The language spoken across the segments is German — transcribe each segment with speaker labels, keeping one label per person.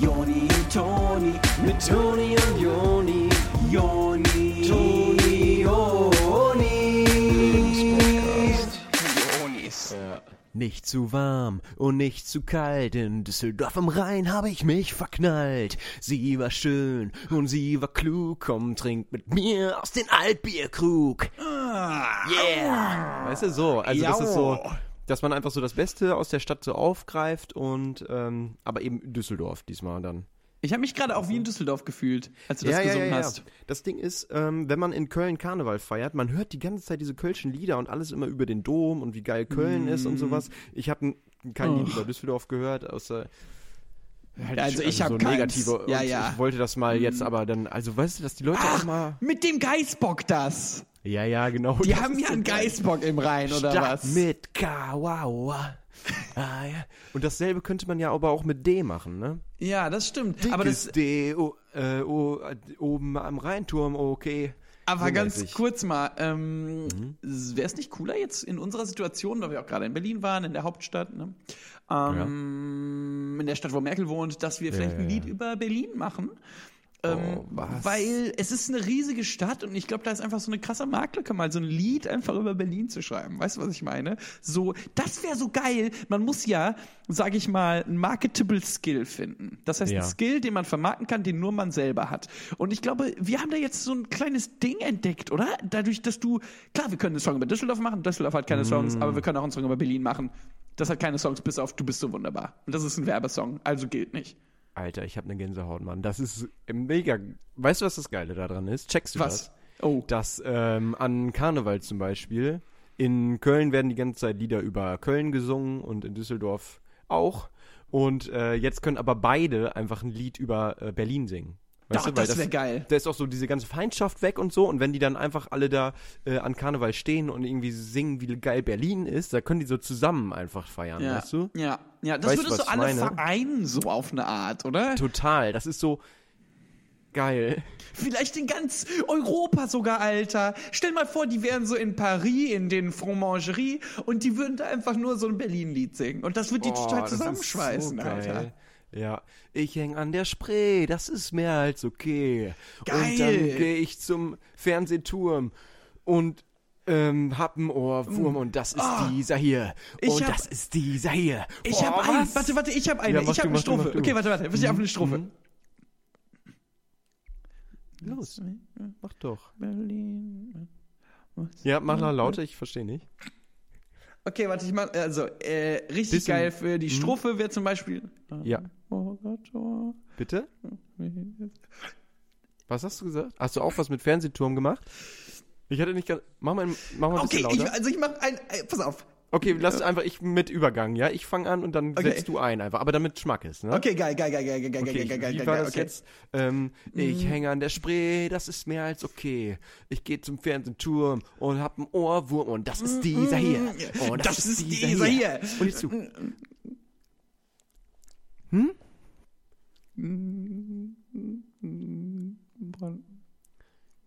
Speaker 1: Joni und Toni, mit Toni und Joni, Joni, Toni, Joni. Jonis. Nicht zu warm und nicht zu kalt, in Düsseldorf am Rhein habe ich mich verknallt. Sie war schön und sie war klug, komm, trinkt mit mir aus den Altbierkrug. Yeah!
Speaker 2: Ah, Weißt du, so. Also das ist so,
Speaker 1: Jau.
Speaker 2: dass man einfach so das Beste aus der Stadt so aufgreift und, ähm, aber eben Düsseldorf diesmal dann.
Speaker 3: Ich habe mich gerade auch wie in Düsseldorf gefühlt, als du das gesungen hast.
Speaker 2: Das Ding ist, ähm, wenn man in Köln Karneval feiert, man hört die ganze Zeit diese kölschen Lieder und alles immer über den Dom und wie geil Köln ist
Speaker 3: Mhm.
Speaker 2: und sowas. Ich habe kein Lied über Düsseldorf gehört, außer
Speaker 3: Oh. Also, ich habe
Speaker 2: so
Speaker 3: keins.
Speaker 2: negative.
Speaker 3: Ja,
Speaker 2: und
Speaker 3: ja. Mhm. Ah.
Speaker 2: Ich wollte das mal jetzt aber dann, also weißt du, dass die Leute auch mal.
Speaker 3: Mit dem Geißbock das.
Speaker 2: Ja, ja, genau.
Speaker 3: Die haben ja einen Geißbock im Rhein, oder was?
Speaker 2: mit Kawawa. Ah, ja. Und dasselbe könnte man ja aber auch mit D machen, ne?
Speaker 3: Ja, das stimmt. aber das,
Speaker 2: D, o, äh, o, oben am Rheinturm, okay.
Speaker 3: aber
Speaker 2: So
Speaker 3: ganz
Speaker 2: mäßig.
Speaker 3: kurz mal, ähm,
Speaker 2: Mhm.
Speaker 3: wäre es nicht cooler jetzt in unserer Situation, da wir auch gerade in Berlin waren, in der Hauptstadt, ne? ähm, in der Stadt, wo Merkel wohnt, dass wir vielleicht
Speaker 2: ja,
Speaker 3: ein
Speaker 2: ja.
Speaker 3: Lied über Berlin machen? Ähm,
Speaker 2: Oh, was?
Speaker 3: Weil es ist eine riesige Stadt und ich glaube, da ist einfach so eine krasse Marktlücke, mal so ein Lied einfach über Berlin zu schreiben. Weißt du, was ich meine? So, das wäre so geil. Man muss ja, sage ich mal, ein marketable Skill finden. Das heißt,
Speaker 2: Ja.
Speaker 3: ein Skill, den man vermarkten kann, den nur man selber hat. Und ich glaube, wir haben da jetzt so ein kleines Ding entdeckt, oder? Dadurch, dass du, klar, wir können einen Song über Düsseldorf machen, Düsseldorf hat
Speaker 2: Mm.
Speaker 3: keine Songs, aber wir können auch einen Song über Berlin machen. Das hat keine Songs, bis auf Du bist so wunderbar. Und das ist ein Werbesong, also gilt nicht.
Speaker 2: Alter, ich habe eine Gänsehaut, Mann. Das ist mega. Weißt du, was das Geile daran ist? Checkst du
Speaker 3: Was?
Speaker 2: das?
Speaker 3: Oh.
Speaker 2: Dass ähm, an Karneval zum Beispiel in Köln werden die ganze Zeit Lieder über Köln gesungen und in Düsseldorf auch. Und äh, jetzt können aber beide einfach ein Lied über äh, Berlin singen.
Speaker 3: Doch, das wär geil.
Speaker 2: Da ist auch so diese ganze Feindschaft weg und so. Und wenn die dann einfach alle da äh, an Karneval stehen und irgendwie singen, wie geil Berlin ist, da können die so zusammen einfach feiern,
Speaker 3: Ja,
Speaker 2: weißt du?
Speaker 3: ja, ja, das
Speaker 2: Weißt du,
Speaker 3: würde so
Speaker 2: was ich
Speaker 3: alle
Speaker 2: meine?
Speaker 3: vereinen, so auf eine Art, oder?
Speaker 2: Total. Das ist so geil.
Speaker 3: Vielleicht in ganz Europa sogar, Alter. Stell mal vor, die wären so in Paris, in den Fromageries und die würden da einfach nur so ein Berlin-Lied singen. Und das wird die
Speaker 2: Boah,
Speaker 3: total
Speaker 2: das ist
Speaker 3: zusammenschweißen,
Speaker 2: so geil.
Speaker 3: Alter.
Speaker 2: Ja, ich häng an der Spree, das ist mehr als okay.
Speaker 3: Geil.
Speaker 2: Und dann gehe ich zum Fernsehturm und ähm, hab einen Ohrwurm und das ist dieser hier.
Speaker 3: Mm. Ah. Ich
Speaker 2: und
Speaker 3: hab-
Speaker 2: das ist dieser hier.
Speaker 3: Ich
Speaker 2: Boah,
Speaker 3: hab einen.
Speaker 2: was? Hm?
Speaker 3: Warte, warte, ich hab eine.
Speaker 2: Ja, mach
Speaker 3: ich
Speaker 2: du,
Speaker 3: hab
Speaker 2: mach
Speaker 3: eine
Speaker 2: du,
Speaker 3: Strophe.
Speaker 2: mach du.
Speaker 3: Okay, warte, warte. Ich hab eine Strophe.
Speaker 2: Los,
Speaker 3: Hm,
Speaker 2: mach doch. Mhm.
Speaker 3: Berlin.
Speaker 2: Ja, mach
Speaker 3: Hm,
Speaker 2: mal lauter, ich verstehe nicht.
Speaker 3: Okay, warte, ich mach. Also, äh,
Speaker 2: Bisschen-
Speaker 3: richtig
Speaker 2: Mhm.
Speaker 3: geil für die Strophe wäre zum Beispiel.
Speaker 2: Ja,
Speaker 3: Oh Gott, oh.
Speaker 2: bitte? Was hast du gesagt? Hast du auch was mit Fernsehturm gemacht? Ich hatte nicht ganz. Mach mal, mach mal ein
Speaker 3: Okay,
Speaker 2: bisschen
Speaker 3: ich,
Speaker 2: lauter.
Speaker 3: also ich mach ein. äh, Pass auf.
Speaker 2: Okay, lass es einfach ich mit Übergang, ja? Ich fange an und dann
Speaker 3: Okay.
Speaker 2: setzt du ein einfach, aber damit Schmack ist, ne?
Speaker 3: Okay, geil, geil, geil, geil, geil, geil,
Speaker 2: Okay,
Speaker 3: geil, geil, geil,
Speaker 2: wie
Speaker 3: geil,
Speaker 2: war
Speaker 3: geil.
Speaker 2: das
Speaker 3: okay. Mhm.
Speaker 2: jetzt? Ähm, ich hänge an der Spree, das ist mehr als okay. Ich gehe zum Fernsehturm und hab einen Ohrwurm und das ist dieser hier. Oh, Und
Speaker 3: Mhm. Das ist dieser hier.
Speaker 2: Und jetzt du.
Speaker 3: Mhm.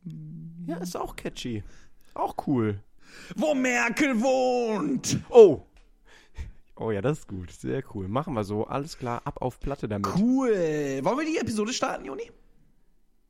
Speaker 2: Hm? Ja, ist auch catchy. Auch cool.
Speaker 3: Wo Merkel wohnt!
Speaker 2: Oh. Oh ja, das ist gut. Sehr cool. Machen wir so. Alles klar, ab auf Platte damit.
Speaker 3: Cool. Wollen wir die Episode starten, Joni?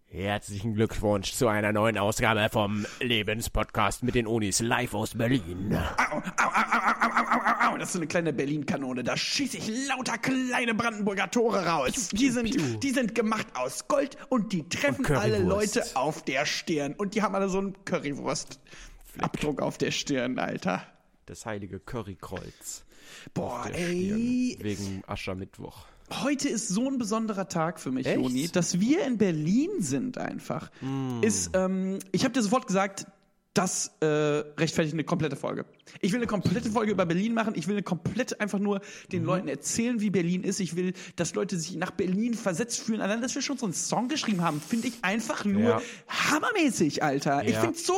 Speaker 4: Herzlichen Glückwunsch zu einer neuen Ausgabe vom Lebenspodcast mit den Unis live aus Berlin.
Speaker 3: Au, au, au, au, au, au, au, au, au. Das ist so eine kleine Berlin-Kanone. Da schieße ich lauter kleine Brandenburger Tore raus. Die sind, die sind gemacht aus Gold und die treffen alle
Speaker 4: Currywurst.
Speaker 3: Leute auf der Stirn. Und die haben alle so einen Currywurst-Abdruck auf der Stirn, Alter.
Speaker 2: Das heilige Currykreuz.
Speaker 3: Boah, ey.
Speaker 2: Wegen Aschermittwoch.
Speaker 3: Heute ist so ein besonderer Tag für mich,
Speaker 2: Echt?
Speaker 3: Joni, dass wir in Berlin sind einfach.
Speaker 2: Hm.
Speaker 3: Ist, ähm, ich habe dir sofort gesagt, das äh, rechtfertigt eine komplette Folge. Ich will eine komplette Folge über Berlin machen. Ich will eine komplett einfach nur den
Speaker 2: Mhm.
Speaker 3: Leuten erzählen, wie Berlin ist. Ich will, dass Leute sich nach Berlin versetzt fühlen. Allein, dass wir schon so einen Song geschrieben haben, finde ich einfach nur
Speaker 2: Ja.
Speaker 3: hammermäßig, Alter. Ich
Speaker 2: Ja.
Speaker 3: finde so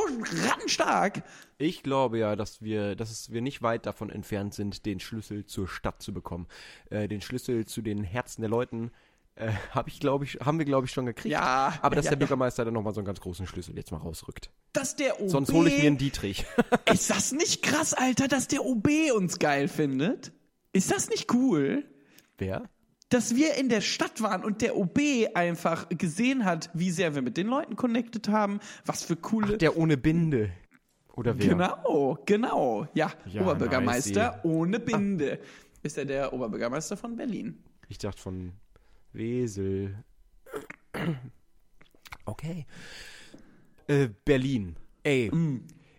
Speaker 3: rattenstark.
Speaker 2: Ich glaube ja, dass wir, dass es- wir nicht weit davon entfernt sind, den Schlüssel zur Stadt zu bekommen. Äh, den Schlüssel zu den Herzen der Leuten äh, hab ich, glaube ich, haben wir, glaube ich, schon gekriegt.
Speaker 3: Ja,
Speaker 2: Aber dass
Speaker 3: ja.
Speaker 2: der Bürgermeister dann nochmal so einen ganz großen Schlüssel jetzt mal rausrückt.
Speaker 3: Dass der OB
Speaker 2: Sonst hole ich mir einen Dietrich.
Speaker 3: Ist das nicht krass, Alter, dass der OB uns geil findet? Ist das nicht cool?
Speaker 2: Wer?
Speaker 3: dass wir in der Stadt waren und der OB einfach gesehen hat, wie sehr wir mit den Leuten connected haben, was für coole.
Speaker 2: Der ohne Binde. Oder wer?
Speaker 3: genau, genau. Ja,
Speaker 2: Ja,
Speaker 3: Oberbürgermeister ohne Binde. Ist er der Oberbürgermeister von Berlin?
Speaker 2: Ich dachte von Wesel. Okay. Äh, Berlin. Ey.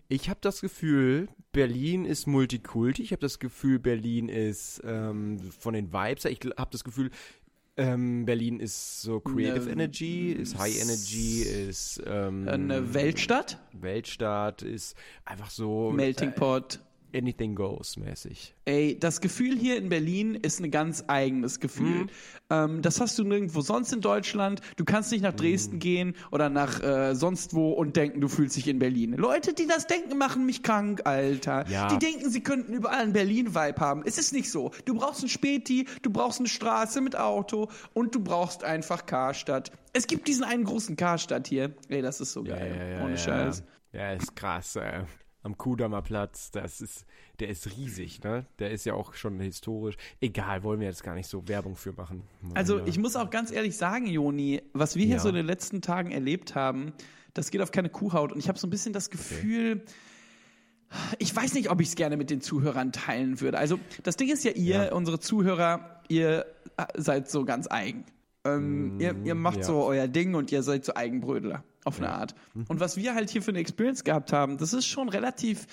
Speaker 2: Ich habe das Gefühl, Berlin ist Multikulti. Ich habe das Gefühl, Berlin ist ähm, von den Vibes her. Ich habe das Gefühl, ähm, Berlin ist so Creative
Speaker 3: Ne-
Speaker 2: Energy, ist High Energy, ist ähm,
Speaker 3: Eine Weltstadt?
Speaker 2: Weltstaat, ist einfach so
Speaker 3: Melting Pot.
Speaker 2: äh, Anything Goes mäßig.
Speaker 3: Ey, das Gefühl hier in Berlin ist ein ganz eigenes Gefühl. Ähm, das hast du nirgendwo sonst in Deutschland. Du kannst nicht nach Dresden gehen oder nach äh, sonst wo und denken, du fühlst dich in Berlin. Leute, die das denken, machen mich krank, Alter.
Speaker 2: Ja.
Speaker 3: Die denken, sie könnten überall einen Berlin-Vibe haben. Es ist nicht so. Du brauchst einen Späti, du brauchst eine Straße mit Auto und du brauchst einfach Karstadt. Es gibt diesen einen großen Karstadt hier. Ey, das ist so geil. Ohne Scheiß.
Speaker 2: Ja, ist krass. Äh, am Kudamer Platz, das ist, der ist riesig, ne? Der ist ja auch schon historisch. Egal, wollen wir jetzt gar nicht so Werbung für machen.
Speaker 3: Also ich muss auch ganz ehrlich sagen, Joni, was wir hier
Speaker 2: Ja.
Speaker 3: so in den letzten Tagen erlebt haben, das geht auf keine Kuhhaut. Und ich habe so ein bisschen das Gefühl, ich weiß nicht, ob ich es gerne mit den Zuhörern teilen würde. Also das Ding ist ja, ihr, unsere Zuhörer, ihr äh, seid so ganz eigen. Ähm, ihr, ihr macht
Speaker 2: ja.
Speaker 3: so euer Ding und ihr seid so Eigenbrödler auf eine Art. Und was wir halt hier für eine Experience gehabt haben, das ist schon relativ,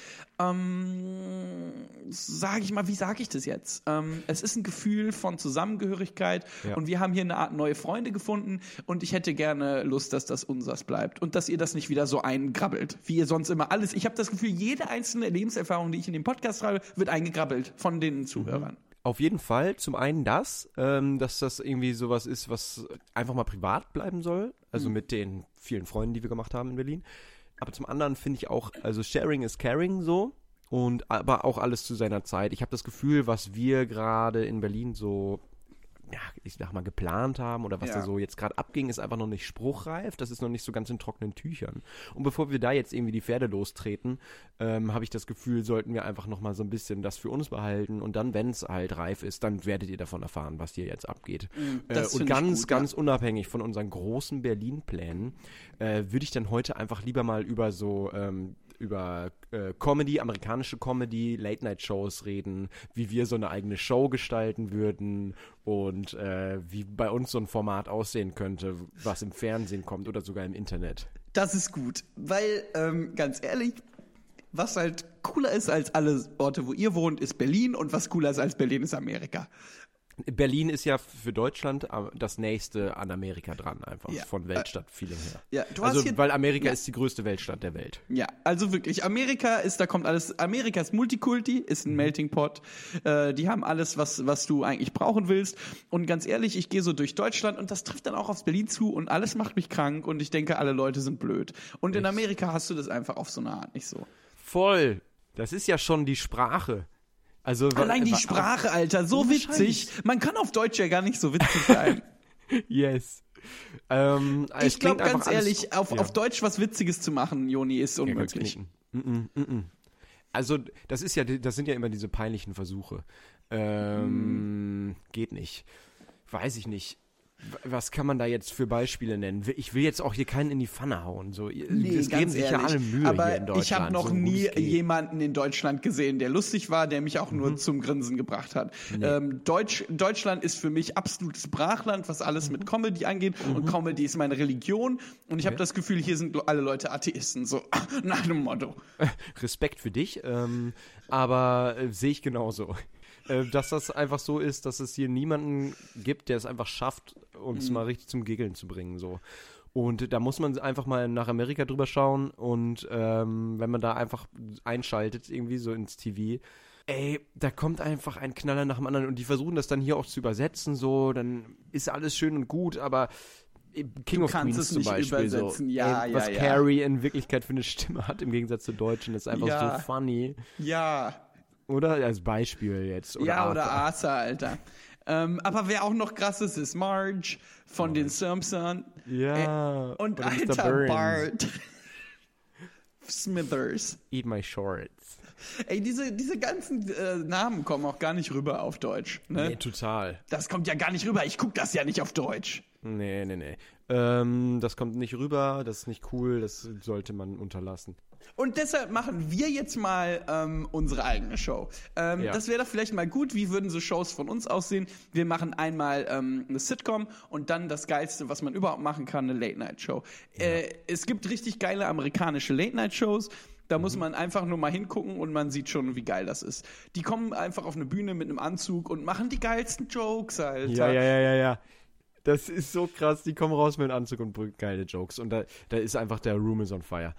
Speaker 3: ähm, sage ich mal, wie sage ich das jetzt? Ähm, es ist ein Gefühl von Zusammengehörigkeit
Speaker 2: Ja.
Speaker 3: und wir haben hier eine Art neue Freunde gefunden und ich hätte gerne Lust, dass das unsers bleibt und dass ihr das nicht wieder so eingrabbelt, wie ihr sonst immer alles. Ich habe das Gefühl, jede einzelne Lebenserfahrung, die ich in dem Podcast schreibe, wird eingegrabbelt von den Zuhörern.
Speaker 2: Auf jeden Fall, zum einen das, ähm, dass das irgendwie sowas ist, was einfach mal privat bleiben soll. Also mit den vielen Freunden, die wir gemacht haben in Berlin. Aber zum anderen finde ich auch, also Sharing is Caring so. Und aber auch alles zu seiner Zeit. Ich habe das Gefühl, was wir gerade in Berlin so ja, ich sag mal, geplant haben oder was
Speaker 3: Ja.
Speaker 2: da so jetzt gerade abging, ist einfach noch nicht spruchreif. Das ist noch nicht so ganz in trockenen Tüchern. Und bevor wir da jetzt irgendwie die Pferde lostreten, ähm, habe ich das Gefühl, sollten wir einfach noch mal so ein bisschen das für uns behalten. Und dann, wenn es halt reif ist, dann werdet ihr davon erfahren, was hier jetzt abgeht. äh,
Speaker 3: Mhm. das
Speaker 2: und
Speaker 3: find ich
Speaker 2: ganz,
Speaker 3: gut, ja.
Speaker 2: ganz unabhängig von unseren großen Berlin-Plänen, äh, würde ich dann heute einfach lieber mal über so... Ähm, über äh, Comedy, amerikanische Comedy, Late-Night-Shows reden, wie wir so eine eigene Show gestalten würden und äh, wie bei uns so ein Format aussehen könnte, was im Fernsehen kommt oder sogar im Internet.
Speaker 3: Das ist gut, weil ähm, ganz ehrlich, was halt cooler ist als alle Orte, wo ihr wohnt, ist Berlin und was cooler ist als Berlin ist Amerika.
Speaker 2: Berlin ist ja für Deutschland äh, das nächste an Amerika dran, einfach
Speaker 3: Ja.
Speaker 2: von Weltstadt viele her.
Speaker 3: Ja, du hast
Speaker 2: also,
Speaker 3: hier-
Speaker 2: weil Amerika
Speaker 3: ja.
Speaker 2: ist die größte Weltstadt der Welt.
Speaker 3: Ja, also wirklich. Amerika ist, da kommt alles. Amerika ist Multikulti, ist ein Melting Pot. Äh, die haben alles, was, was du eigentlich brauchen willst. Und ganz ehrlich, ich gehe so durch Deutschland und das trifft dann auch aufs Berlin zu und alles macht mich krank und ich denke, alle Leute sind blöd. Und in Amerika hast du das einfach auf so eine Art nicht so.
Speaker 2: Voll! Das ist ja schon die Sprache. Also,
Speaker 3: Allein Ah, die
Speaker 2: wa-
Speaker 3: Sprache, Alter, so
Speaker 2: Ohne
Speaker 3: witzig. Man kann auf Deutsch ja gar nicht so witzig sein.
Speaker 2: Yes. Ähm, es
Speaker 3: ich glaube
Speaker 2: klingt einfach
Speaker 3: ganz
Speaker 2: alles-
Speaker 3: ehrlich, auf,
Speaker 2: Ja.
Speaker 3: auf Deutsch was Witziges zu machen, Joni, ist
Speaker 2: Ja, ganz
Speaker 3: unmöglich.
Speaker 2: knicken. Mm -mm, mm -mm. Also, das ist ja, das sind ja immer diese peinlichen Versuche. Ähm, Geht nicht. Weiß ich nicht. W- Was kann man da jetzt für Beispiele nennen? Ich will jetzt auch hier keinen in die Pfanne hauen. So,
Speaker 3: Nee,
Speaker 2: es geben
Speaker 3: ganz
Speaker 2: sich ja
Speaker 3: ehrlich.
Speaker 2: alle Mühe
Speaker 3: aber
Speaker 2: hier in Deutschland.
Speaker 3: Ich habe noch
Speaker 2: so gut
Speaker 3: nie
Speaker 2: es geht. Mhm.
Speaker 3: jemanden in Deutschland gesehen, der lustig war, der mich auch nur zum Grinsen gebracht hat. Ähm, Deutsch, Deutschland ist für mich absolutes Brachland, was alles
Speaker 2: Mhm.
Speaker 3: mit Comedy angeht. Und Comedy ist meine Religion. Und ich habe das Gefühl, hier sind alle Leute Atheisten. So nach dem Motto.
Speaker 2: Respekt für dich, ähm, aber äh, sehe ich genauso. Äh, dass das einfach so ist, dass es hier niemanden gibt, der es einfach schafft,
Speaker 3: Mhm.
Speaker 2: uns mal richtig zum Giggeln zu bringen. So. Und da muss man einfach mal nach Amerika drüber schauen und ähm, wenn man da einfach einschaltet, irgendwie so ins TV, ey, da kommt einfach ein Knaller nach dem anderen und die versuchen das dann hier auch zu übersetzen, so, dann ist alles schön und gut, aber äh, King of
Speaker 3: kannst
Speaker 2: Queens
Speaker 3: es
Speaker 2: zum
Speaker 3: nicht
Speaker 2: Beispiel so,
Speaker 3: übersetzen, ja,
Speaker 2: ey,
Speaker 3: ja,
Speaker 2: was
Speaker 3: ja.
Speaker 2: Carrie in Wirklichkeit für eine Stimme hat im Gegensatz zu Deutschen, ist einfach
Speaker 3: Ja.
Speaker 2: so funny.
Speaker 3: Ja.
Speaker 2: Oder als Beispiel jetzt. Oder
Speaker 3: ja, oder
Speaker 2: Arthur.
Speaker 3: Arthur, Alter. Ähm, aber wer auch noch krass ist, ist Marge von den Simpsons.
Speaker 2: Ja.
Speaker 3: Und
Speaker 2: oder Mr.
Speaker 3: Alter
Speaker 2: Burns.
Speaker 3: Bart. Smithers.
Speaker 2: Eat my shorts.
Speaker 3: Ey, diese, diese ganzen äh, Namen kommen auch gar nicht rüber auf Deutsch. Ne?
Speaker 2: Nee, total.
Speaker 3: Das kommt ja gar nicht rüber. Ich gucke das ja nicht auf Deutsch.
Speaker 2: Nee, nee, nee. Ähm, das kommt nicht rüber, das ist nicht cool, das sollte man unterlassen.
Speaker 3: Und deshalb machen wir jetzt mal ähm, unsere eigene Show. Ähm,
Speaker 2: Ja.
Speaker 3: Das wäre doch vielleicht mal gut. Wie würden so Shows von uns aussehen? Wir machen einmal ähm, eine Sitcom und dann das Geilste, was man überhaupt machen kann, eine Late-Night-Show. Äh, es gibt richtig geile amerikanische Late-Night-Shows. Da muss
Speaker 2: Mhm.
Speaker 3: man einfach nur mal hingucken und man sieht schon, wie geil das ist. Die kommen einfach auf eine Bühne mit einem Anzug und machen die geilsten Jokes, Alter.
Speaker 2: Ja, ja, ja, ja, ja. Das ist so krass. Die kommen raus mit einem Anzug und bringen geile Jokes. Und da, da ist einfach der Room is on fire.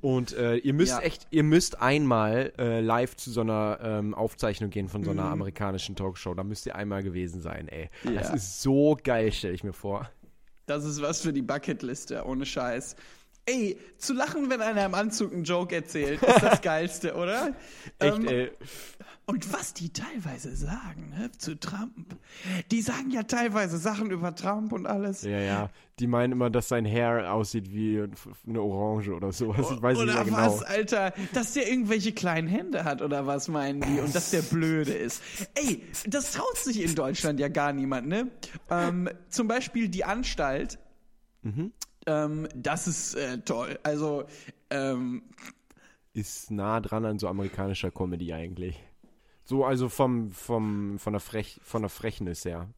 Speaker 2: Und äh, ihr müsst
Speaker 3: Ja.
Speaker 2: echt, ihr müsst einmal äh, live zu so einer ähm, Aufzeichnung gehen von so einer
Speaker 3: Mhm.
Speaker 2: amerikanischen Talkshow. Da müsst ihr einmal gewesen sein, ey. Das ist so geil, stelle ich mir vor.
Speaker 3: Das ist was für die Bucketliste, ohne Scheiß. Ey, zu lachen, wenn einer im Anzug einen Joke erzählt, ist das Geilste, oder?
Speaker 2: Echt,
Speaker 3: Ähm,
Speaker 2: ey.
Speaker 3: Und was die teilweise sagen, ne, zu Trump. Die sagen ja teilweise Sachen über Trump und alles.
Speaker 2: Ja, ja. Die meinen immer, dass sein Hair aussieht wie eine Orange oder sowas. Ich weiß nicht
Speaker 3: oder
Speaker 2: mehr
Speaker 3: was,
Speaker 2: genau.
Speaker 3: Alter? Dass der irgendwelche kleinen Hände hat oder was meinen die? Und dass der blöde ist. Ey, das traut sich in Deutschland ja gar niemand, ne? Ähm, zum Beispiel die Anstalt.
Speaker 2: Mhm.
Speaker 3: Ähm, das ist äh, toll. Also, ähm,
Speaker 2: Ist nah dran an so amerikanischer Comedy eigentlich. So, also vom, vom, von der Frech, von der Frechnis her.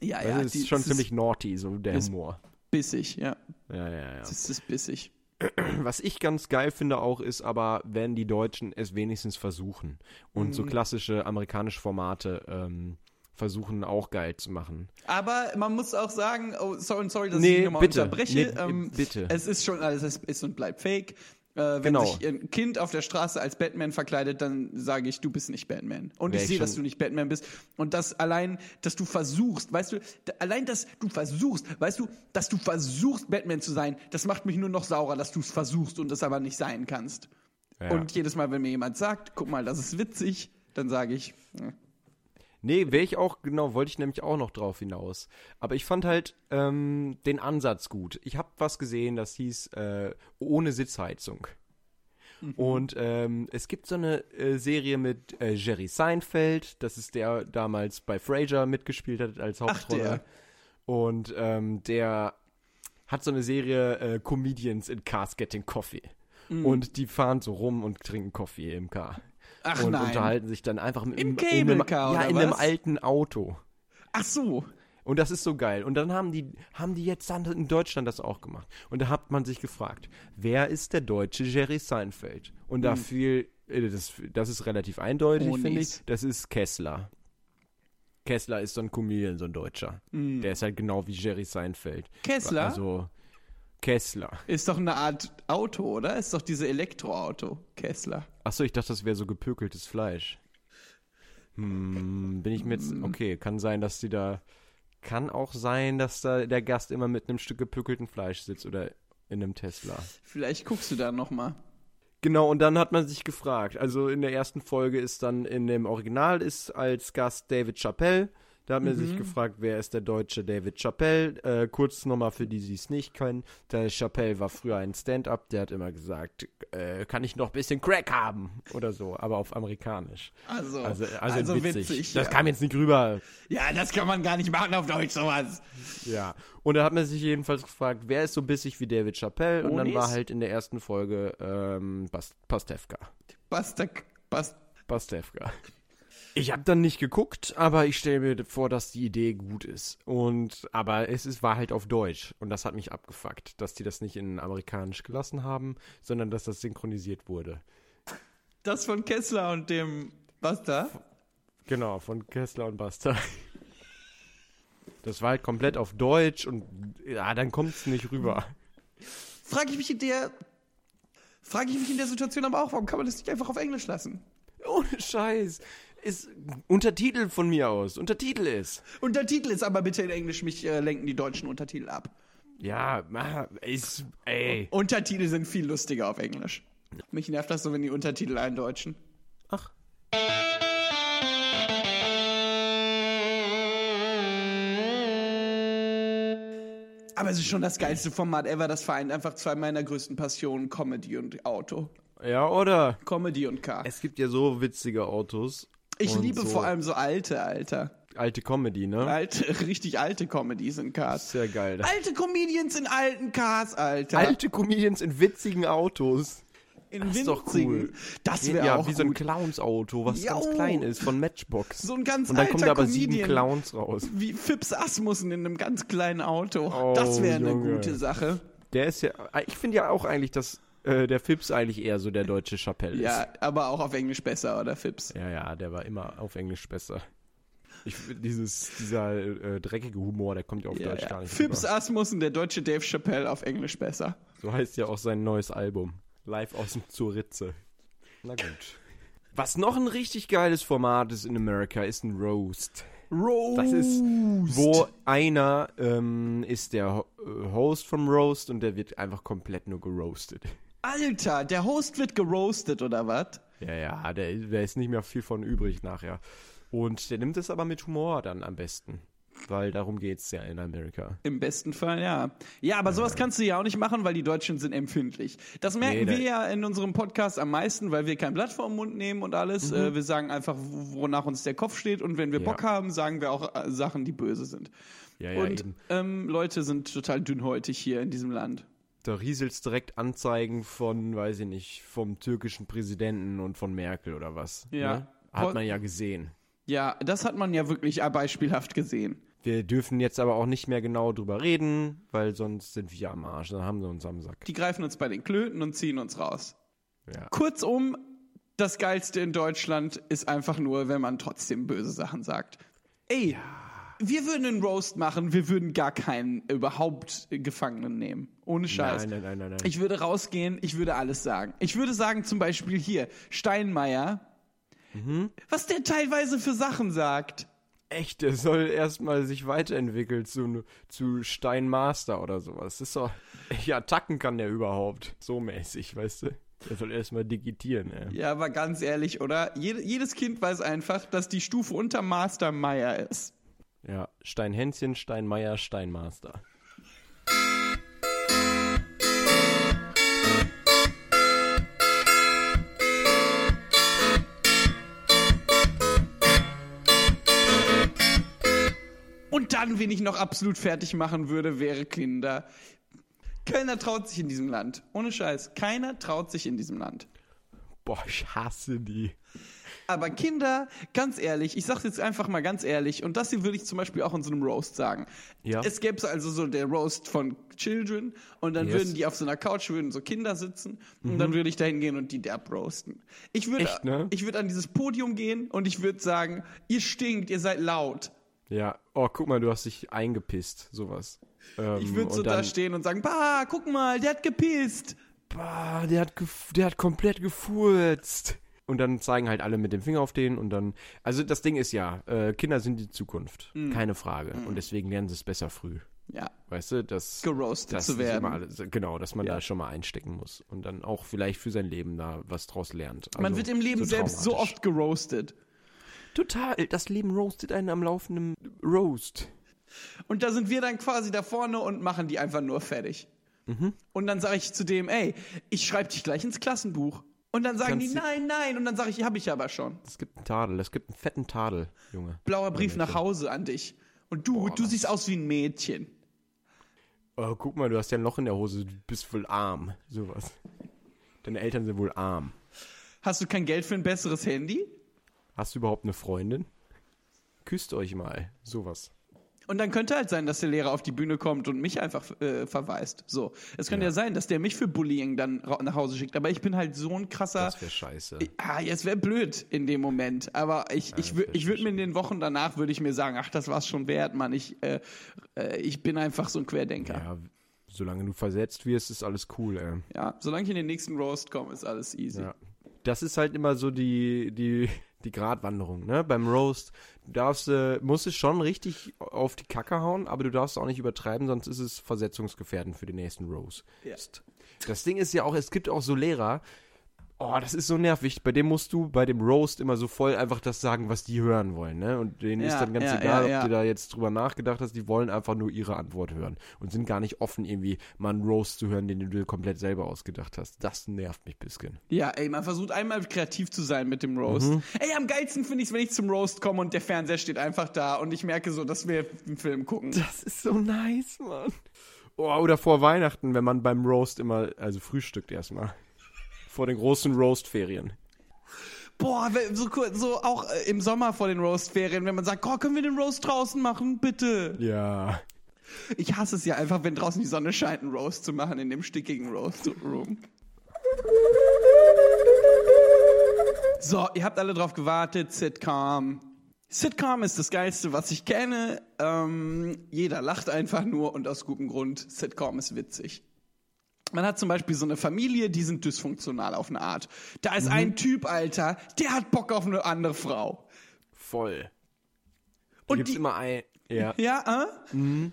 Speaker 3: ja,
Speaker 2: Also
Speaker 3: ja.
Speaker 2: es ist
Speaker 3: die-
Speaker 2: schon
Speaker 3: es
Speaker 2: ziemlich naughty, so der Humor.
Speaker 3: bissig, ja.
Speaker 2: Ja, ja, ja.
Speaker 3: Es ist bissig.
Speaker 2: Was ich ganz geil finde auch ist aber, wenn die Deutschen es wenigstens versuchen. Und so klassische amerikanische Formate ähm, versuchen auch geil zu machen.
Speaker 3: Aber man muss auch sagen, oh, sorry, sorry, dass
Speaker 2: Nee,
Speaker 3: ich nochmal
Speaker 2: bitte.
Speaker 3: unterbreche. Ähm,
Speaker 2: Nee, bitte.
Speaker 3: Es ist schon alles, es ist und bleibt fake. Äh, wenn
Speaker 2: Genau.
Speaker 3: sich ein Kind auf der Straße als Batman verkleidet, dann sage ich, du bist nicht Batman. Und
Speaker 2: Wär
Speaker 3: ich
Speaker 2: ich
Speaker 3: sehe, dass
Speaker 2: schon-
Speaker 3: du nicht Batman bist. Und das allein, dass du versuchst, weißt du, d- allein, dass du versuchst, weißt du, dass du versuchst, Batman zu sein, das macht mich nur noch saurer, dass du es versuchst und es aber nicht sein kannst.
Speaker 2: Ja.
Speaker 3: Und jedes Mal, wenn mir jemand sagt, guck mal, das ist witzig, dann sage ich, "Hm,
Speaker 2: Nee, wäre ich auch, genau, wollte ich nämlich auch noch drauf hinaus. Aber ich fand halt ähm, den Ansatz gut. Ich habe was gesehen, das hieß äh, Ohne Sitzheizung.
Speaker 3: Mhm.
Speaker 2: Und ähm, es gibt so eine äh, Serie mit äh, Jerry Seinfeld, das ist der damals bei Frasier mitgespielt hat als Hauptrolle.
Speaker 3: der.
Speaker 2: Und ähm, der hat so eine Serie äh, Comedians in Cars Getting Coffee.
Speaker 3: Mhm.
Speaker 2: Und die fahren so rum und trinken Kaffee im Car.
Speaker 3: Ach
Speaker 2: und
Speaker 3: nein.
Speaker 2: unterhalten sich dann einfach mit
Speaker 3: Im
Speaker 2: einem- in einem,
Speaker 3: Cable-Car
Speaker 2: ja,
Speaker 3: oder
Speaker 2: in einem
Speaker 3: was?
Speaker 2: alten Auto.
Speaker 3: ach so.
Speaker 2: Und das ist so geil. Und dann haben die, haben die jetzt dann in Deutschland das auch gemacht. Und da hat man sich gefragt, wer ist der deutsche Jerry Seinfeld? Und
Speaker 3: Hm.
Speaker 2: da fiel, äh, das, das ist relativ eindeutig,
Speaker 3: Oh,
Speaker 2: finde
Speaker 3: nice.
Speaker 2: ich. Das ist Kessler. Kessler ist so ein Comedian, so ein Deutscher. Der ist halt genau wie Jerry Seinfeld.
Speaker 3: Hm. Kessler?
Speaker 2: Also Kessler.
Speaker 3: Ist doch eine Art Auto, oder? Ist doch diese Elektroauto, Kessler.
Speaker 2: Achso, ich dachte, das wäre so gepökeltes Fleisch. Hm, bin ich mir jetzt. Okay, kann sein, dass die da. Kann auch sein, dass da der Gast immer mit einem Stück gepökelten Fleisch sitzt oder in einem Tesla.
Speaker 3: Vielleicht guckst du da nochmal.
Speaker 2: Genau, und dann hat man sich gefragt. Also in der ersten Folge ist dann in dem Original ist als Gast David Chappelle. Da hat man
Speaker 3: Mhm.
Speaker 2: sich gefragt, wer ist der deutsche David Chappelle? Äh, kurz nochmal für die, die es nicht können. Der Chappelle war früher ein Stand-up, der hat immer gesagt, äh, kann ich noch ein bisschen Crack haben? Oder so, aber auf amerikanisch.
Speaker 3: Also,
Speaker 2: Also, also,
Speaker 3: also
Speaker 2: witzig.
Speaker 3: witzig,
Speaker 2: das
Speaker 3: ja.
Speaker 2: kam jetzt nicht rüber.
Speaker 3: Ja, das kann man gar nicht machen auf Deutsch, sowas.
Speaker 2: Ja. Und da hat man sich jedenfalls gefragt, wer ist so bissig wie David Chappelle? Und dann
Speaker 3: Onis?
Speaker 2: war halt in der ersten Folge ähm, Bas Pastewka.
Speaker 3: Basta, bast,
Speaker 2: Pastewka. Ich habe dann nicht geguckt, aber ich stelle mir vor, dass die Idee gut ist. Und aber es ist, war halt auf Deutsch und das hat mich abgefuckt, dass die das nicht in Amerikanisch gelassen haben, sondern dass das synchronisiert wurde.
Speaker 3: das von Kessler und dem Basta.
Speaker 2: Genau, von Kessler und Buster. Das war halt komplett auf Deutsch und ja, dann kommt es nicht rüber.
Speaker 3: Frage ich mich in der. Frage ich mich in der Situation aber auch, warum kann man das nicht einfach auf Englisch lassen?
Speaker 2: Ohne Scheiß. Ist Untertitel von mir aus. Untertitel ist.
Speaker 3: Untertitel ist aber bitte in Englisch, mich äh, lenken die deutschen Untertitel ab.
Speaker 2: Ja, ma- ist, ey.
Speaker 3: Untertitel sind viel lustiger auf Englisch. Mich nervt das so, wenn die Untertitel eindeutschen.
Speaker 2: Ach.
Speaker 3: Aber es ist schon das geilste Format ever. Das vereint einfach zwei meiner größten Passionen, Comedy und Auto.
Speaker 2: Ja, oder?
Speaker 3: Comedy und K.
Speaker 2: Es gibt ja so witzige Autos.
Speaker 3: Ich
Speaker 2: und
Speaker 3: liebe
Speaker 2: so
Speaker 3: vor allem so alte, Alter.
Speaker 2: Alte Comedy, ne?
Speaker 3: Alte, richtig alte Comedies in Cars.
Speaker 2: Ist ja geil.
Speaker 3: Alte Comedians in alten Cars, Alter.
Speaker 2: Alte Comedians in witzigen Autos.
Speaker 3: in
Speaker 2: das ist doch
Speaker 3: winzigen.
Speaker 2: cool.
Speaker 3: Das wäre
Speaker 2: Ja,
Speaker 3: auch
Speaker 2: wie
Speaker 3: gut.
Speaker 2: so ein Clowns-Auto, was
Speaker 3: Jau.
Speaker 2: ganz klein ist, von Matchbox.
Speaker 3: So ein ganz
Speaker 2: Und dann
Speaker 3: alter
Speaker 2: kommen da aber
Speaker 3: Comedian.
Speaker 2: sieben Clowns raus.
Speaker 3: wie Fips Asmussen in einem ganz kleinen Auto.
Speaker 2: Oh,
Speaker 3: das wäre eine
Speaker 2: Junge.
Speaker 3: gute Sache.
Speaker 2: Der ist ja, ah, ich finde ja auch eigentlich, dass äh, der Fips eigentlich eher so der deutsche Chapelle
Speaker 3: Ja, aber auch auf Englisch besser, oder Fips?
Speaker 2: ist. Ja, ja, der war immer auf Englisch besser. Ich, find dieses, dieser äh, dreckige Humor, der kommt ja auf
Speaker 3: Ja,
Speaker 2: Deutsch
Speaker 3: ja.
Speaker 2: gar nicht
Speaker 3: Fips
Speaker 2: rüber.
Speaker 3: Asmussen, der deutsche Dave Chappelle auf Englisch besser.
Speaker 2: So heißt ja auch sein neues Album. Live aus dem Zuritze. Na gut. Was noch ein richtig geiles Format ist in Amerika, ist ein Roast.
Speaker 3: Roast.
Speaker 2: Das ist, wo einer ähm, ist der Ho- äh, Host vom Roast und der wird einfach komplett nur geroastet.
Speaker 3: Alter, der Host wird geroastet, oder was?
Speaker 2: Ja, ja, der, der ist nicht mehr viel von übrig nachher. Und der nimmt es aber mit Humor dann am besten. Weil darum geht's ja in Amerika.
Speaker 3: Im besten Fall, ja. Ja, aber sowas kannst du ja auch nicht machen, weil die Deutschen sind empfindlich. Das merken
Speaker 2: Nee, da-
Speaker 3: wir ja in unserem Podcast am meisten, weil wir kein Blatt vor den Mund nehmen und alles. Äh, wir sagen einfach, wo- wonach uns der Kopf steht und wenn wir
Speaker 2: Mhm. Ja.
Speaker 3: Bock haben, sagen wir auch äh, Sachen, die böse sind.
Speaker 2: Ja,
Speaker 3: und ähm, Leute sind total dünnhäutig hier in diesem Land.
Speaker 2: Da rieselt's direkt Anzeigen von, weiß ich nicht, vom türkischen Präsidenten und von Merkel oder was.
Speaker 3: Ja.
Speaker 2: Ne? Hat man ja gesehen.
Speaker 3: Ja, das hat man ja wirklich äh, beispielhaft gesehen.
Speaker 2: Wir dürfen jetzt aber auch nicht mehr genau drüber reden, weil sonst sind wir am Arsch. Dann haben sie uns am Sack.
Speaker 3: Die greifen uns bei den Klöten und ziehen uns raus.
Speaker 2: Ja.
Speaker 3: Kurzum, das Geilste in Deutschland ist einfach nur, wenn man trotzdem böse Sachen sagt. Ey, wir würden einen Roast machen, wir würden gar keinen überhaupt äh, Gefangenen nehmen. Ohne Scheiß.
Speaker 2: Nein, nein, nein, nein, nein.
Speaker 3: Ich würde rausgehen, ich würde alles sagen. Ich würde sagen, zum Beispiel hier, Steinmeier,
Speaker 2: Mhm.
Speaker 3: was der teilweise für Sachen sagt.
Speaker 2: Echt, der soll erstmal sich weiterentwickeln zu, zu Steinmaster oder sowas. Das ist doch. Welche Attacken kann der überhaupt? So mäßig, weißt du? Der soll erstmal digitieren, ey.
Speaker 3: Ja, aber ganz ehrlich, oder? Jede, jedes Kind weiß einfach, dass die Stufe unter Master Meier ist.
Speaker 2: Ja, Steinhänschen, Steinmeier, Steinmaster.
Speaker 3: Und dann, wen ich noch absolut fertig machen würde, wäre Kinder. Keiner traut sich in diesem Land. Ohne Scheiß. Keiner traut sich in diesem Land.
Speaker 2: Boah, ich hasse die.
Speaker 3: Aber Kinder, ganz ehrlich, ich sag's jetzt einfach mal ganz ehrlich, und das hier würde ich zum Beispiel auch in so einem Roast sagen.
Speaker 2: Ja.
Speaker 3: Es gäbe also so der Roast von Children, und dann
Speaker 2: Yes. Mhm.
Speaker 3: würden die auf so einer Couch, würden so Kinder sitzen, und dann würde ich da hingehen und die derb roasten. Ich würde
Speaker 2: Echt, ne?
Speaker 3: ich würde an dieses Podium gehen und ich würde sagen, ihr stinkt, ihr seid laut.
Speaker 2: Ja, oh, guck mal, du hast dich eingepisst, sowas. Ähm,
Speaker 3: Ich würde so
Speaker 2: und dann-
Speaker 3: da stehen und sagen, bah, guck mal, der hat gepisst.
Speaker 2: Bah, der hat, gef- der hat komplett gefurzt. Und dann zeigen halt alle mit dem Finger auf den und dann. Also das Ding ist ja, äh, Kinder sind die Zukunft.
Speaker 3: Mm.
Speaker 2: Keine Frage. Und deswegen lernen sie es besser früh.
Speaker 3: Ja,
Speaker 2: Weißt du, dass.
Speaker 3: geroastet
Speaker 2: dass
Speaker 3: zu
Speaker 2: nicht
Speaker 3: werden.
Speaker 2: immer alles- genau, dass man da schon mal einstecken muss. Und dann auch vielleicht für sein Leben da was draus lernt.
Speaker 3: Man
Speaker 2: Also,
Speaker 3: wird im Leben
Speaker 2: so
Speaker 3: selbst so
Speaker 2: traumatisch.
Speaker 3: oft geroastet.
Speaker 2: Total. Das Leben roastet einen am laufenden Roast.
Speaker 3: Und da sind wir dann quasi da vorne und machen die einfach nur fertig.
Speaker 2: Mhm.
Speaker 3: Und dann sage ich zu dem, ey, ich schreibe dich gleich ins Klassenbuch. Und dann sagen
Speaker 2: Kannst
Speaker 3: die,
Speaker 2: du-
Speaker 3: nein, nein. Und dann sage ich, habe ich aber schon.
Speaker 2: Es gibt einen Tadel. Es gibt einen fetten Tadel, Junge.
Speaker 3: Blauer Brief nach Hause an dich. Und du, du siehst aus wie ein Mädchen.
Speaker 2: Oh, guck mal, du hast ja ein Loch in der Hose, du bist wohl arm. Sowas. Deine Eltern sind wohl arm.
Speaker 3: Hast du kein Geld für ein besseres Handy?
Speaker 2: Hast du überhaupt eine Freundin? Küsst euch mal. Sowas.
Speaker 3: Und dann könnte halt sein, dass der Lehrer auf die Bühne kommt und mich einfach äh, verweist. So. Es könnte ja. sein, dass der mich für Bullying dann ra- nach Hause schickt. Aber ich bin halt so ein krasser.
Speaker 2: Das wäre scheiße.
Speaker 3: Ah, jetzt wäre blöd in dem Moment. Aber ich, ich, wür- ich würde mir in den Wochen danach, würde ich mir sagen, ach, das war's schon wert, Mann. Ich, äh, äh, ich bin einfach so ein Querdenker.
Speaker 2: Ja, solange du versetzt wirst, ist alles cool, ey.
Speaker 3: Ja. solange ich in den nächsten Roast komme, ist alles easy.
Speaker 2: Ja. Das ist halt immer so die, die, die Gratwanderung, ne? Beim Roast darfst du, musst du schon richtig auf die Kacke hauen, aber du darfst auch nicht übertreiben, sonst ist es versetzungsgefährdend für den nächsten Roast.
Speaker 3: Ja.
Speaker 2: Das Ding ist ja auch, es gibt auch so Lehrer, Oh, das ist so nervig. Bei dem musst du bei dem Roast immer so voll einfach das sagen, was die hören wollen, ne? Und denen ist
Speaker 3: Ja,
Speaker 2: dann ganz
Speaker 3: ja,
Speaker 2: egal,
Speaker 3: ja, ja.
Speaker 2: ob du da jetzt drüber nachgedacht hast, die wollen einfach nur ihre Antwort hören und sind gar nicht offen, irgendwie mal einen Roast zu hören, den du dir komplett selber ausgedacht hast. Das nervt mich ein bisschen.
Speaker 3: Ja, ey, man versucht einmal kreativ zu sein mit dem Roast.
Speaker 2: Mhm.
Speaker 3: Ey, am geilsten finde ich es, wenn ich zum Roast komme und der Fernseher steht einfach da und ich merke so, dass wir einen Film gucken.
Speaker 2: Das ist so nice, Mann. Oh, oder vor Weihnachten, wenn man beim Roast immer, also frühstückt erstmal. Vor den großen Roast-Ferien.
Speaker 3: Boah, we- so, cool- so auch äh, im Sommer vor den Roast-Ferien, wenn man sagt, oh, können wir den Roast draußen machen, bitte.
Speaker 2: Ja.
Speaker 3: Ich hasse es ja einfach, wenn draußen die Sonne scheint, einen Roast zu machen in dem stickigen Roast-Room. So, ihr habt alle drauf gewartet, Sitcom. Sitcom ist das Geilste, was ich kenne. Ähm, jeder lacht einfach nur und aus gutem Grund. Sitcom ist witzig. Man hat zum Beispiel so eine Familie, die sind dysfunktional auf eine Art. Da
Speaker 2: Mhm.
Speaker 3: ist ein Typ, Alter, der hat Bock auf eine andere Frau.
Speaker 2: Voll. Da
Speaker 3: Und
Speaker 2: gibt's
Speaker 3: die-
Speaker 2: immer ein. Ja.
Speaker 3: Ja, äh?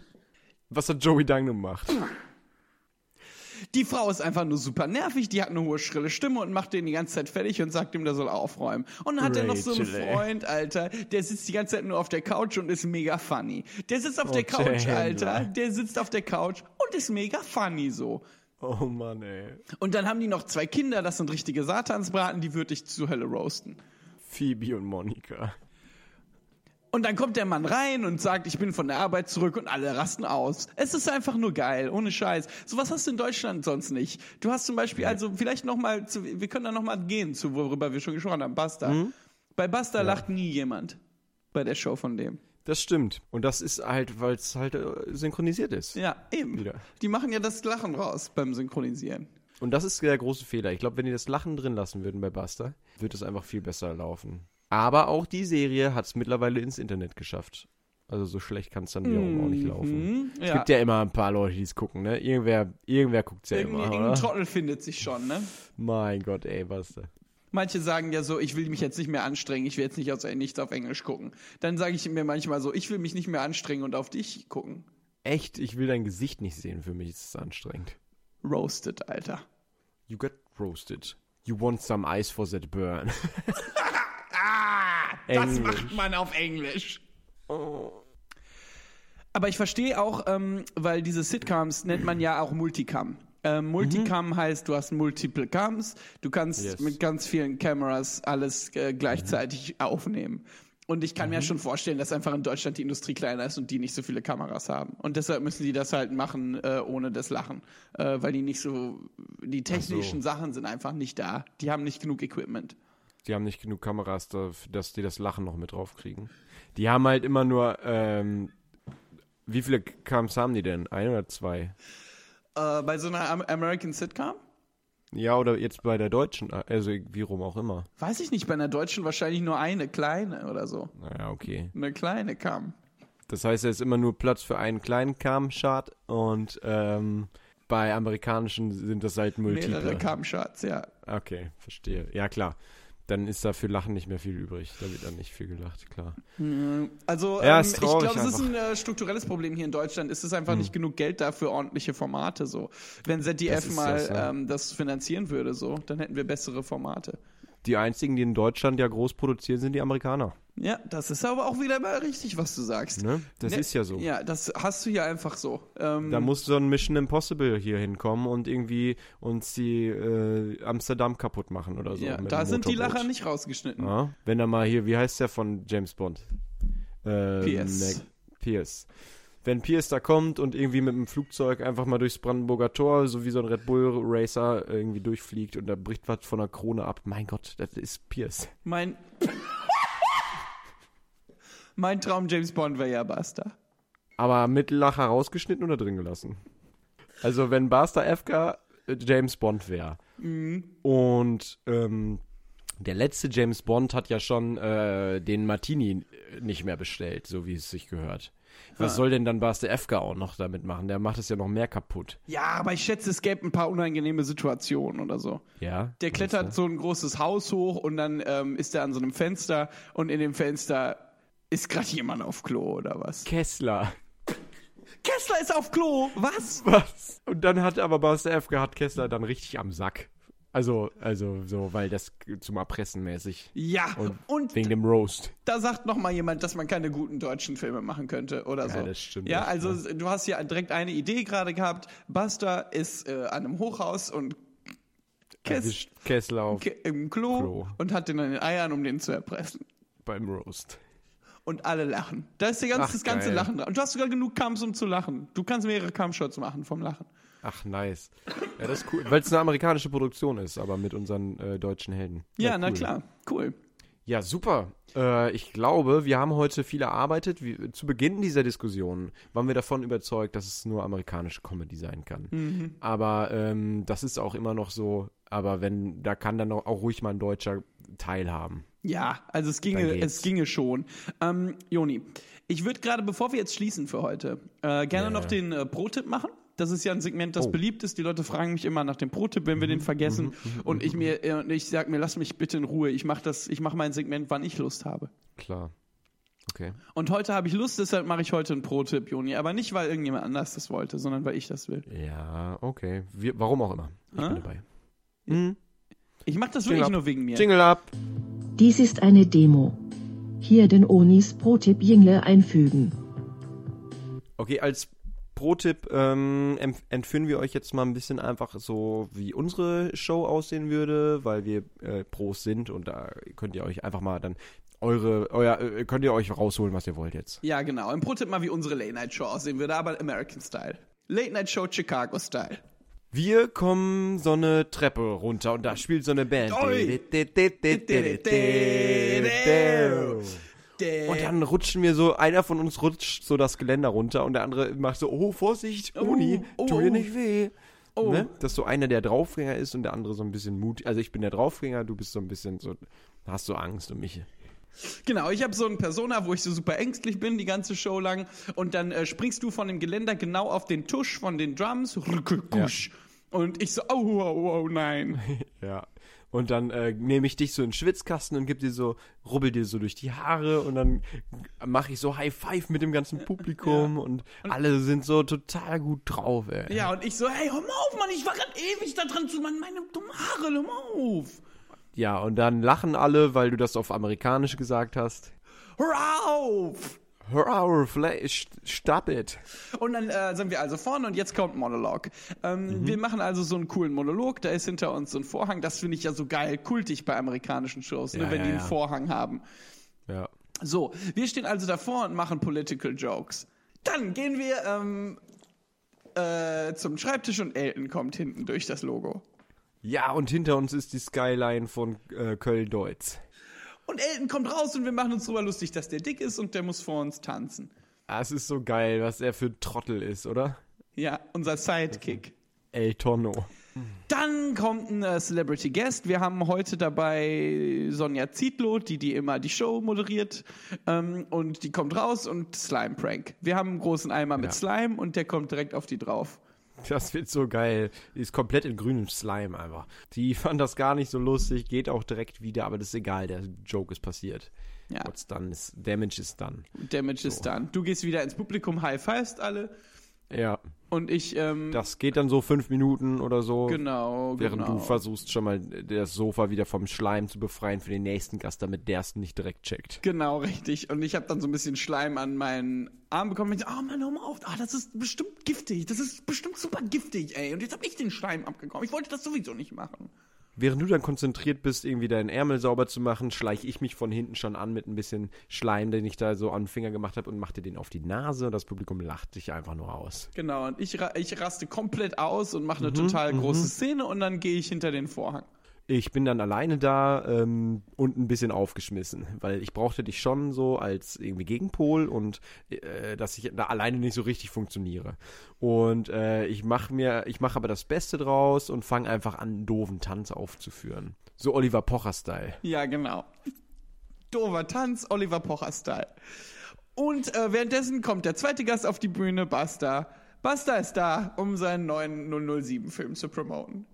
Speaker 2: Was hat Joey Dunn gemacht?
Speaker 3: Die Frau ist einfach nur super nervig, die hat eine hohe, schrille Stimme und macht den die ganze Zeit fertig und sagt ihm, der soll aufräumen. Und dann hat er noch so einen
Speaker 2: Rachel, ey.
Speaker 3: Freund, Alter, der sitzt die ganze Zeit nur auf der Couch und ist mega funny. Der sitzt auf der
Speaker 2: Chandler.
Speaker 3: Couch, Alter, der sitzt auf der Couch und ist mega funny so.
Speaker 2: Oh Mann, ey.
Speaker 3: Und dann haben die noch zwei Kinder, das sind richtige Satansbraten, die würde ich zur Hölle roasten.
Speaker 2: Phoebe und Monika.
Speaker 3: Und dann kommt der Mann rein und sagt, ich bin von der Arbeit zurück und alle rasten aus. Es ist einfach nur geil, ohne Scheiß. Sowas hast du in Deutschland sonst nicht. Du hast zum Beispiel, also vielleicht nochmal, wir können da nochmal gehen, zu worüber wir schon gesprochen haben, Basta.
Speaker 2: Mhm.
Speaker 3: Bei Basta lacht nie jemand. Bei der Show von dem.
Speaker 2: Das stimmt. Und das ist halt, weil es halt äh, synchronisiert ist.
Speaker 3: Ja, eben.
Speaker 2: Wieder.
Speaker 3: Die machen ja das Lachen raus beim Synchronisieren.
Speaker 2: Und das ist der große Fehler. Ich glaube, wenn die das Lachen drin lassen würden bei Buster, wird es einfach viel besser laufen. Aber auch die Serie hat es mittlerweile ins Internet geschafft. Also so schlecht kann es dann wiederum auch nicht laufen.
Speaker 3: Hm?
Speaker 2: Es gibt ja immer ein paar Leute, die es gucken, ne? Irgendwer, irgendwer guckt es ja
Speaker 3: Irgend-
Speaker 2: immer,
Speaker 3: Irgendein
Speaker 2: oder?
Speaker 3: Trottel findet sich schon, ne?
Speaker 2: Mein Gott, ey, Buster.
Speaker 3: Manche sagen ja so, ich will mich jetzt nicht mehr anstrengen, ich will jetzt nicht aus, äh, nichts auf Englisch gucken. Dann sage ich mir manchmal so, ich will mich nicht mehr anstrengen und auf dich gucken.
Speaker 2: Echt, ich will dein Gesicht nicht sehen. Für mich ist es anstrengend.
Speaker 3: Roasted, Alter.
Speaker 2: You got roasted. You want some ice for that burn.
Speaker 3: Das macht man auf Englisch. Aber ich verstehe auch, ähm, weil diese Sitcoms nennt man ja auch Multicam. Ähm, Multicam heißt, du hast multiple Cams, du kannst
Speaker 2: Yes.
Speaker 3: mit ganz vielen Cameras alles äh, gleichzeitig aufnehmen. Und ich kann mir schon vorstellen, dass einfach in Deutschland die Industrie kleiner ist und die nicht so viele Kameras haben. Und deshalb müssen die das halt machen äh, ohne das Lachen, äh, weil die nicht so, die technischen Sachen sind einfach nicht da. Die haben nicht genug Equipment.
Speaker 2: Die haben nicht genug Kameras, da- dass die das Lachen noch mit draufkriegen. Die haben halt immer nur, ähm, wie viele Cams haben die denn? Ein oder zwei?
Speaker 3: Äh, bei so einer Am American Sitcom?
Speaker 2: Ja, oder jetzt bei der deutschen, also wie rum auch immer.
Speaker 3: Weiß ich nicht, bei einer deutschen wahrscheinlich nur eine kleine oder so.
Speaker 2: Naja, okay.
Speaker 3: Eine kleine Cam.
Speaker 2: Das heißt, da ist immer nur Platz für einen kleinen Cam-Shot und ähm, bei amerikanischen sind das halt
Speaker 3: Mehrere
Speaker 2: multiple.
Speaker 3: Cam-Shots, ja.
Speaker 2: Okay, verstehe. Ja, klar. Dann ist da für Lachen nicht mehr viel übrig. Da wird dann nicht viel gelacht, klar.
Speaker 3: Also
Speaker 2: Ja,
Speaker 3: ähm,
Speaker 2: ist
Speaker 3: ich
Speaker 2: traurig Hm.
Speaker 3: glaube, es ist ein äh, strukturelles Problem hier in Deutschland. Es ist einfach nicht genug Geld da für ordentliche Formate so. Wenn
Speaker 2: Das
Speaker 3: ZDF
Speaker 2: ist
Speaker 3: mal
Speaker 2: das, ja.
Speaker 3: ähm, das finanzieren würde so, dann hätten wir bessere Formate.
Speaker 2: Die einzigen, die in Deutschland ja groß produzieren, sind die Amerikaner.
Speaker 3: Ja, das ist aber auch wieder mal richtig, was du sagst.
Speaker 2: Ne? Das
Speaker 3: Ne,
Speaker 2: ist ja so.
Speaker 3: Ja, das hast du hier einfach so. Ähm,
Speaker 2: Da muss so ein Mission Impossible hier hinkommen und irgendwie uns die äh, Amsterdam kaputt machen oder so.
Speaker 3: ja,
Speaker 2: mit
Speaker 3: da
Speaker 2: dem
Speaker 3: sind die
Speaker 2: Motorboot. Ah.
Speaker 3: Lacher nicht rausgeschnitten.
Speaker 2: Ja, wenn er mal hier, wie heißt der von James Bond? Ähm,
Speaker 3: Pierce.
Speaker 2: Mac- Pierce. Wenn Pierce da kommt und irgendwie mit dem Flugzeug einfach mal durchs Brandenburger Tor, so wie so ein Red Bull Racer, irgendwie durchfliegt und da bricht was von der Krone ab. Mein Gott, das ist Pierce.
Speaker 3: Mein Mein Traum James Bond wäre ja Basta.
Speaker 2: Aber mit Lacher rausgeschnitten oder drin gelassen? Also, wenn Buster FK äh, James Bond wäre.
Speaker 3: Mhm.
Speaker 2: Und ähm, der letzte James Bond hat ja schon äh, den Martini äh, nicht mehr bestellt, so wie es sich gehört. Was
Speaker 3: Ah.
Speaker 2: soll denn dann Buster FK auch noch damit machen? Der macht es ja noch mehr kaputt.
Speaker 3: Ja, aber ich schätze, es gäbe ein paar unangenehme Situationen oder so.
Speaker 2: Ja.
Speaker 3: Der klettert so ein großes Haus hoch und dann ähm, ist er an so einem Fenster und in dem Fenster ist gerade jemand auf Klo oder was?
Speaker 2: Kessler.
Speaker 3: Kessler ist auf Klo! Was?
Speaker 2: Was? Und dann hat aber Buster FK hat Kessler dann richtig am Sack. Also, also so, weil das zum Erpressen mäßig.
Speaker 3: Ja,
Speaker 2: Und,
Speaker 3: und
Speaker 2: wegen dem Roast.
Speaker 3: da sagt noch mal jemand, dass man keine guten deutschen Filme machen könnte oder so.
Speaker 2: das stimmt
Speaker 3: Ja,
Speaker 2: echt, ne?
Speaker 3: also du hast ja direkt eine Idee gerade gehabt. Buster ist äh, an einem Hochhaus und Kiss,
Speaker 2: Erwischt Kessler auf
Speaker 3: Ke- im Klo,
Speaker 2: Klo.
Speaker 3: und hat den an den Eiern, um den zu erpressen.
Speaker 2: beim Roast.
Speaker 3: Und alle lachen. Da ist die ganze,
Speaker 2: Ach,
Speaker 3: das ganze
Speaker 2: geil.
Speaker 3: Lachen dran. Und du hast sogar genug Kams, um zu lachen. Du kannst mehrere Kamshots machen vom Lachen.
Speaker 2: Ach, nice. Ja, das ist cool. Weil es eine amerikanische Produktion ist, aber mit unseren äh, deutschen Helden.
Speaker 3: Ja, na
Speaker 2: cool.
Speaker 3: klar. Cool.
Speaker 2: Ja, super. Äh, ich glaube, wir haben heute viel erarbeitet. Wie, zu Beginn dieser Diskussion waren wir davon überzeugt, dass es nur amerikanische Comedy sein kann.
Speaker 3: Mhm.
Speaker 2: Aber ähm, das ist auch immer noch so. Aber wenn, da kann dann auch auch ruhig mal ein Deutscher teilhaben.
Speaker 3: Ja, also es
Speaker 2: Dann
Speaker 3: ginge,
Speaker 2: geht's.
Speaker 3: es ginge schon. Ähm, Joni, ich würde gerade, bevor wir jetzt schließen für heute, äh, gerne noch den äh, Pro-Tipp machen. Das ist ja ein Segment,
Speaker 2: Oh.
Speaker 3: das beliebt ist. Die Leute fragen mich immer nach dem Pro-Tipp, wenn
Speaker 2: Mhm.
Speaker 3: wir den vergessen. Und ich mir, äh, und ich sag mir, lass mich bitte in Ruhe. Ich mache das, ich mache mein Segment, wann ich Lust habe.
Speaker 2: Klar. Okay.
Speaker 3: Und heute habe ich Lust, deshalb mache ich heute einen Pro-Tipp, Joni. Aber nicht, weil irgendjemand anders das wollte, sondern weil ich das will.
Speaker 2: Ja, okay. Wir, warum auch immer. Ich bin dabei. Mhm.
Speaker 3: Ich mache das
Speaker 2: Jingle
Speaker 3: wirklich
Speaker 2: up.
Speaker 3: nur wegen mir.
Speaker 2: Jingle ab.
Speaker 5: Dies ist eine Demo. Hier den Onis Pro-Tipp Jingle einfügen.
Speaker 2: Okay, als Pro-Tipp ähm, empf- entführen wir euch jetzt mal ein bisschen einfach so, wie unsere Show aussehen würde, weil wir äh, Pros sind und da könnt ihr euch einfach mal dann eure, euer, äh, könnt ihr euch rausholen, was ihr wollt jetzt.
Speaker 3: Ja, genau. Im Pro-Tipp mal, wie unsere Late-Night-Show aussehen würde, aber American-Style. Late-Night-Show Chicago-Style.
Speaker 2: Wir kommen so eine Treppe runter und da spielt so eine Band.
Speaker 3: Oi.
Speaker 2: Und dann rutschen wir so, einer von uns rutscht so das Geländer runter und der andere macht so, oh, Vorsicht, Uni,
Speaker 3: oh,
Speaker 2: tu dir
Speaker 3: oh.
Speaker 2: nicht weh. Ne? Dass so einer der Draufgänger ist und der andere so ein bisschen Mut. Also ich bin der Draufgänger, du bist so ein bisschen so, hast so Angst um mich.
Speaker 3: Genau, ich habe so ein Persona, wo ich so super ängstlich bin die ganze Show lang und dann äh, springst du von dem Geländer genau auf den Tusch von den Drums Rückelkusch. und ich so oh, oh, oh nein.
Speaker 2: Ja. Und dann äh, nehme ich dich so in den Schwitzkasten und gib dir so, rubbel dir so durch die Haare und dann mache ich so High Five mit dem ganzen Publikum und, alle sind so total gut drauf, ey.
Speaker 3: Ja, und ich so hey, hör mal auf, Mann, ich war gerade ewig da dran zu meinen meine dummen Haare, hör mal auf.
Speaker 2: Ja, und dann lachen alle, weil du das auf Amerikanisch gesagt hast.
Speaker 3: Hör auf.
Speaker 2: Hör auf, le- st- stop it.
Speaker 3: Und dann äh, sind wir also vorne und jetzt kommt Monolog. Ähm,
Speaker 2: Mhm.
Speaker 3: Wir machen also so einen coolen Monolog, da ist hinter uns so ein Vorhang, das finde ich ja so geil, kultig bei amerikanischen Shows, ne,
Speaker 2: Ja,
Speaker 3: wenn
Speaker 2: ja,
Speaker 3: die einen
Speaker 2: ja.
Speaker 3: Vorhang haben.
Speaker 2: Ja.
Speaker 3: So, wir stehen also davor und machen Political Jokes. Dann gehen wir ähm, äh, zum Schreibtisch und Elton kommt hinten durch das Logo.
Speaker 2: Ja, und hinter uns ist die Skyline von äh, Köln-Deutz.
Speaker 3: Und Elton kommt raus und wir machen uns drüber lustig, dass der dick ist und der muss vor uns tanzen.
Speaker 2: Ah, es ist so geil, was er für ein Trottel ist, oder?
Speaker 3: Ja, unser Sidekick.
Speaker 2: El Tonno.
Speaker 3: Dann kommt ein äh, Celebrity Guest. Wir haben heute dabei Sonja Zietlow, die die immer die Show moderiert. Ähm, und die kommt raus und Slime Prank. Wir haben einen großen Eimer mit Slime und der kommt direkt auf die drauf.
Speaker 2: Das wird so geil. Die ist komplett in grünem Slime einfach. Die fand das gar nicht so lustig, geht auch direkt wieder, aber das ist egal, der Joke ist passiert.
Speaker 3: Ja.
Speaker 2: What's done is, damage is done.
Speaker 3: Damage ist dann. Du gehst wieder ins Publikum, high fivest alle.
Speaker 2: Ja,
Speaker 3: Und ich, ähm,
Speaker 2: das geht dann so fünf Minuten oder so.
Speaker 3: genau,
Speaker 2: Während
Speaker 3: genau.
Speaker 2: du versuchst schon mal äh, das Sofa wieder vom Schleim zu befreien für den nächsten Gast, damit der es nicht direkt checkt.
Speaker 3: genau, richtig. Und ich habe dann so ein bisschen Schleim an meinen Arm bekommen. Und ich, oh Mann, hör mal auf. Ah, das ist bestimmt giftig. Das ist bestimmt super giftig, ey. Und jetzt habe ich den Schleim abgekommen. Ich wollte das sowieso nicht machen.
Speaker 2: Während du dann konzentriert bist, irgendwie deinen Ärmel sauber zu machen, schleiche ich mich von hinten schon an mit ein bisschen Schleim, den ich da so an den Finger gemacht habe und mache dir den auf die Nase und das Publikum lacht dich einfach nur aus.
Speaker 3: Genau. Und ich, ra- ich raste komplett aus und mache eine total große Szene. Und dann gehe ich hinter den Vorhang.
Speaker 2: Ich bin dann alleine da ähm, und ein bisschen aufgeschmissen, weil ich brauchte dich schon so als irgendwie Gegenpol und äh, dass ich da alleine nicht so richtig funktioniere. Und äh, ich mache mir, ich mache aber das Beste draus und fange einfach an, einen doofen Tanz aufzuführen. So Oliver Pocher-Style.
Speaker 3: Ja, genau. Dover Tanz, Oliver Pocher-Style. Und äh, währenddessen kommt der zweite Gast auf die Bühne, Basta. Basta ist da, um seinen neuen 007-Film zu promoten.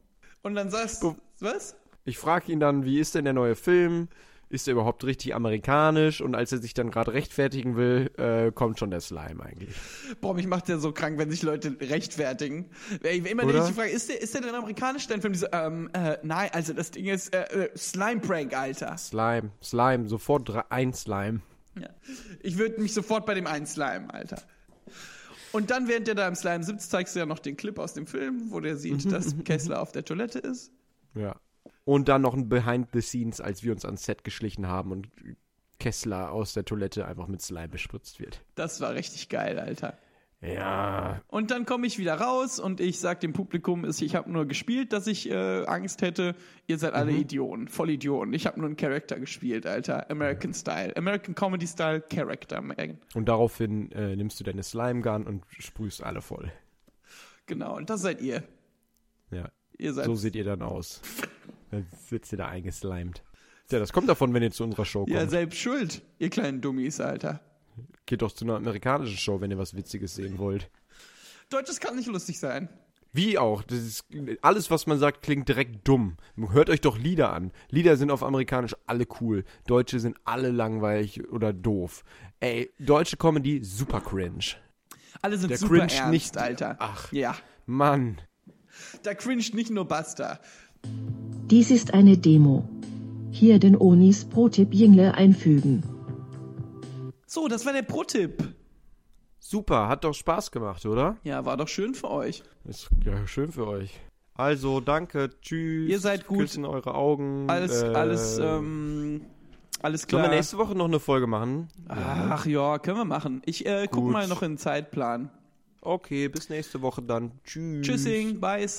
Speaker 3: Und dann sagst du, was?
Speaker 2: Ich frage ihn dann, wie ist denn der neue Film? ist er überhaupt richtig amerikanisch und als er sich dann gerade rechtfertigen will, äh, kommt schon der Slime eigentlich.
Speaker 3: Boah, mich macht der so krank, wenn sich Leute rechtfertigen. Ey, Immer wenn
Speaker 2: Oder?
Speaker 3: ich die Frage, ist der, ist der denn amerikanisch, dein Film? Die so, ähm, äh, nein, also das Ding ist äh, äh, Slime-Prank, Alter.
Speaker 2: Slime, Slime, sofort dra- ein Slime.
Speaker 3: Ja. Ich würde mich sofort bei dem einen Slime, Alter. Und dann, während der da im Slime sitzt, zeigst du ja noch den Clip aus dem Film, wo der sieht, dass Kessler auf der Toilette ist.
Speaker 2: Ja. Und dann noch ein Behind the Scenes, als wir uns ans Set geschlichen haben und Kessler aus der Toilette einfach mit Slime bespritzt wird.
Speaker 3: Das war richtig geil, Alter.
Speaker 2: Ja.
Speaker 3: Und dann komme ich wieder raus und ich sag dem Publikum, es- ich habe nur gespielt, dass ich äh, Angst hätte. Ihr seid alle Idioten, voll Idioten. Ich habe nur einen Charakter gespielt, Alter. American Style. American Comedy Style Character, man.
Speaker 2: Und daraufhin äh, nimmst du deine Slime Gun und sprühst alle voll.
Speaker 3: Genau, und das seid ihr.
Speaker 2: Ja.
Speaker 3: Ihr seid
Speaker 2: So seht ihr dann aus. Dann sitzt ihr da eingeslimed. Ja, das kommt davon, wenn ihr zu unserer Show kommt.
Speaker 3: ja selbst schuld, ihr kleinen Dummies, Alter.
Speaker 2: Geht doch zu einer amerikanischen Show, wenn ihr was Witziges sehen wollt.
Speaker 3: Deutsches kann nicht lustig sein.
Speaker 2: Wie auch. Das ist, alles, was man sagt, klingt direkt dumm. Hört euch doch Lieder an. Lieder sind auf amerikanisch alle cool. Deutsche sind alle langweilig oder doof. Ey, deutsche Comedy, super cringe.
Speaker 3: Alle sind
Speaker 2: Der
Speaker 3: super
Speaker 2: cringe
Speaker 3: ernst,
Speaker 2: nicht-
Speaker 3: Alter.
Speaker 2: Ach.
Speaker 3: Ja,
Speaker 2: Mann.
Speaker 3: da cringe nicht nur Basta.
Speaker 5: Dies ist eine Demo. Hier den Onis Pro-Tipp Jingle einfügen.
Speaker 3: So, das war der Pro-Tipp.
Speaker 2: Super, hat doch Spaß gemacht, oder?
Speaker 3: Ja, war doch schön für euch.
Speaker 2: Ist ja schön für euch. Also, danke, tschüss.
Speaker 3: Ihr seid gut.
Speaker 2: Küssen eure Augen.
Speaker 3: Alles,
Speaker 2: äh,
Speaker 3: alles, ähm, alles
Speaker 2: Sollen
Speaker 3: klar.
Speaker 2: wir nächste Woche noch eine Folge machen?
Speaker 3: Ach ja, können wir machen. Ich äh, guck
Speaker 2: Gut.
Speaker 3: mal noch in den Zeitplan.
Speaker 2: Okay, bis nächste Woche dann. Tschüss.
Speaker 3: Tschüssing, bye.